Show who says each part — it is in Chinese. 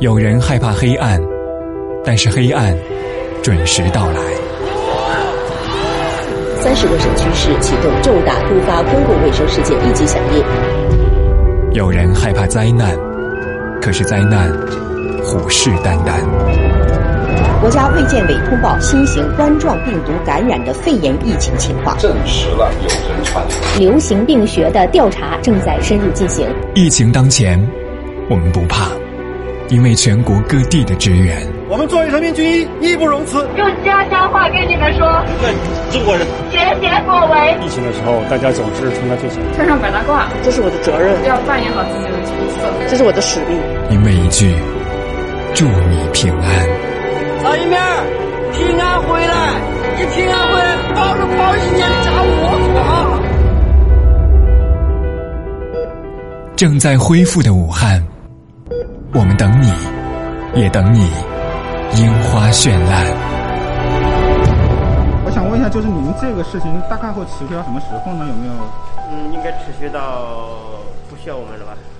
Speaker 1: 有人害怕黑暗，但是黑暗准时到来。
Speaker 2: 三十个省区市启动重大突发公共卫生事件一级响应。
Speaker 1: 有人害怕灾难，可是灾难虎视眈眈。
Speaker 2: 国家卫健委通报新型冠状病毒感染的肺炎疫情情况，
Speaker 3: 证实了有人传人。
Speaker 4: 流行病学的调查正在深入进行。
Speaker 1: 疫情当前，我们不怕，因为全国各地的支援。
Speaker 5: 我们作为人民军医，义不容辞。
Speaker 6: 用家乡话跟你们说，
Speaker 7: 问中国人，
Speaker 6: 节节作为。
Speaker 8: 疫情的时候，大家总是冲在最前。
Speaker 9: 穿上白大褂，
Speaker 10: 这是我的责任，
Speaker 9: 要扮演好自己的角色，
Speaker 10: 这是我的使命。
Speaker 1: 因为一句“祝你平安”，
Speaker 11: 老一面平安回来，你平安回来，包着包一年加我啊！
Speaker 1: 正在恢复的武汉，我们等你，也等你。樱花绚烂。
Speaker 12: 我想问一下，就是你们这个事情大概会持续到什么时候呢？有没有？
Speaker 13: 嗯，应该持续到不需要我们了吧？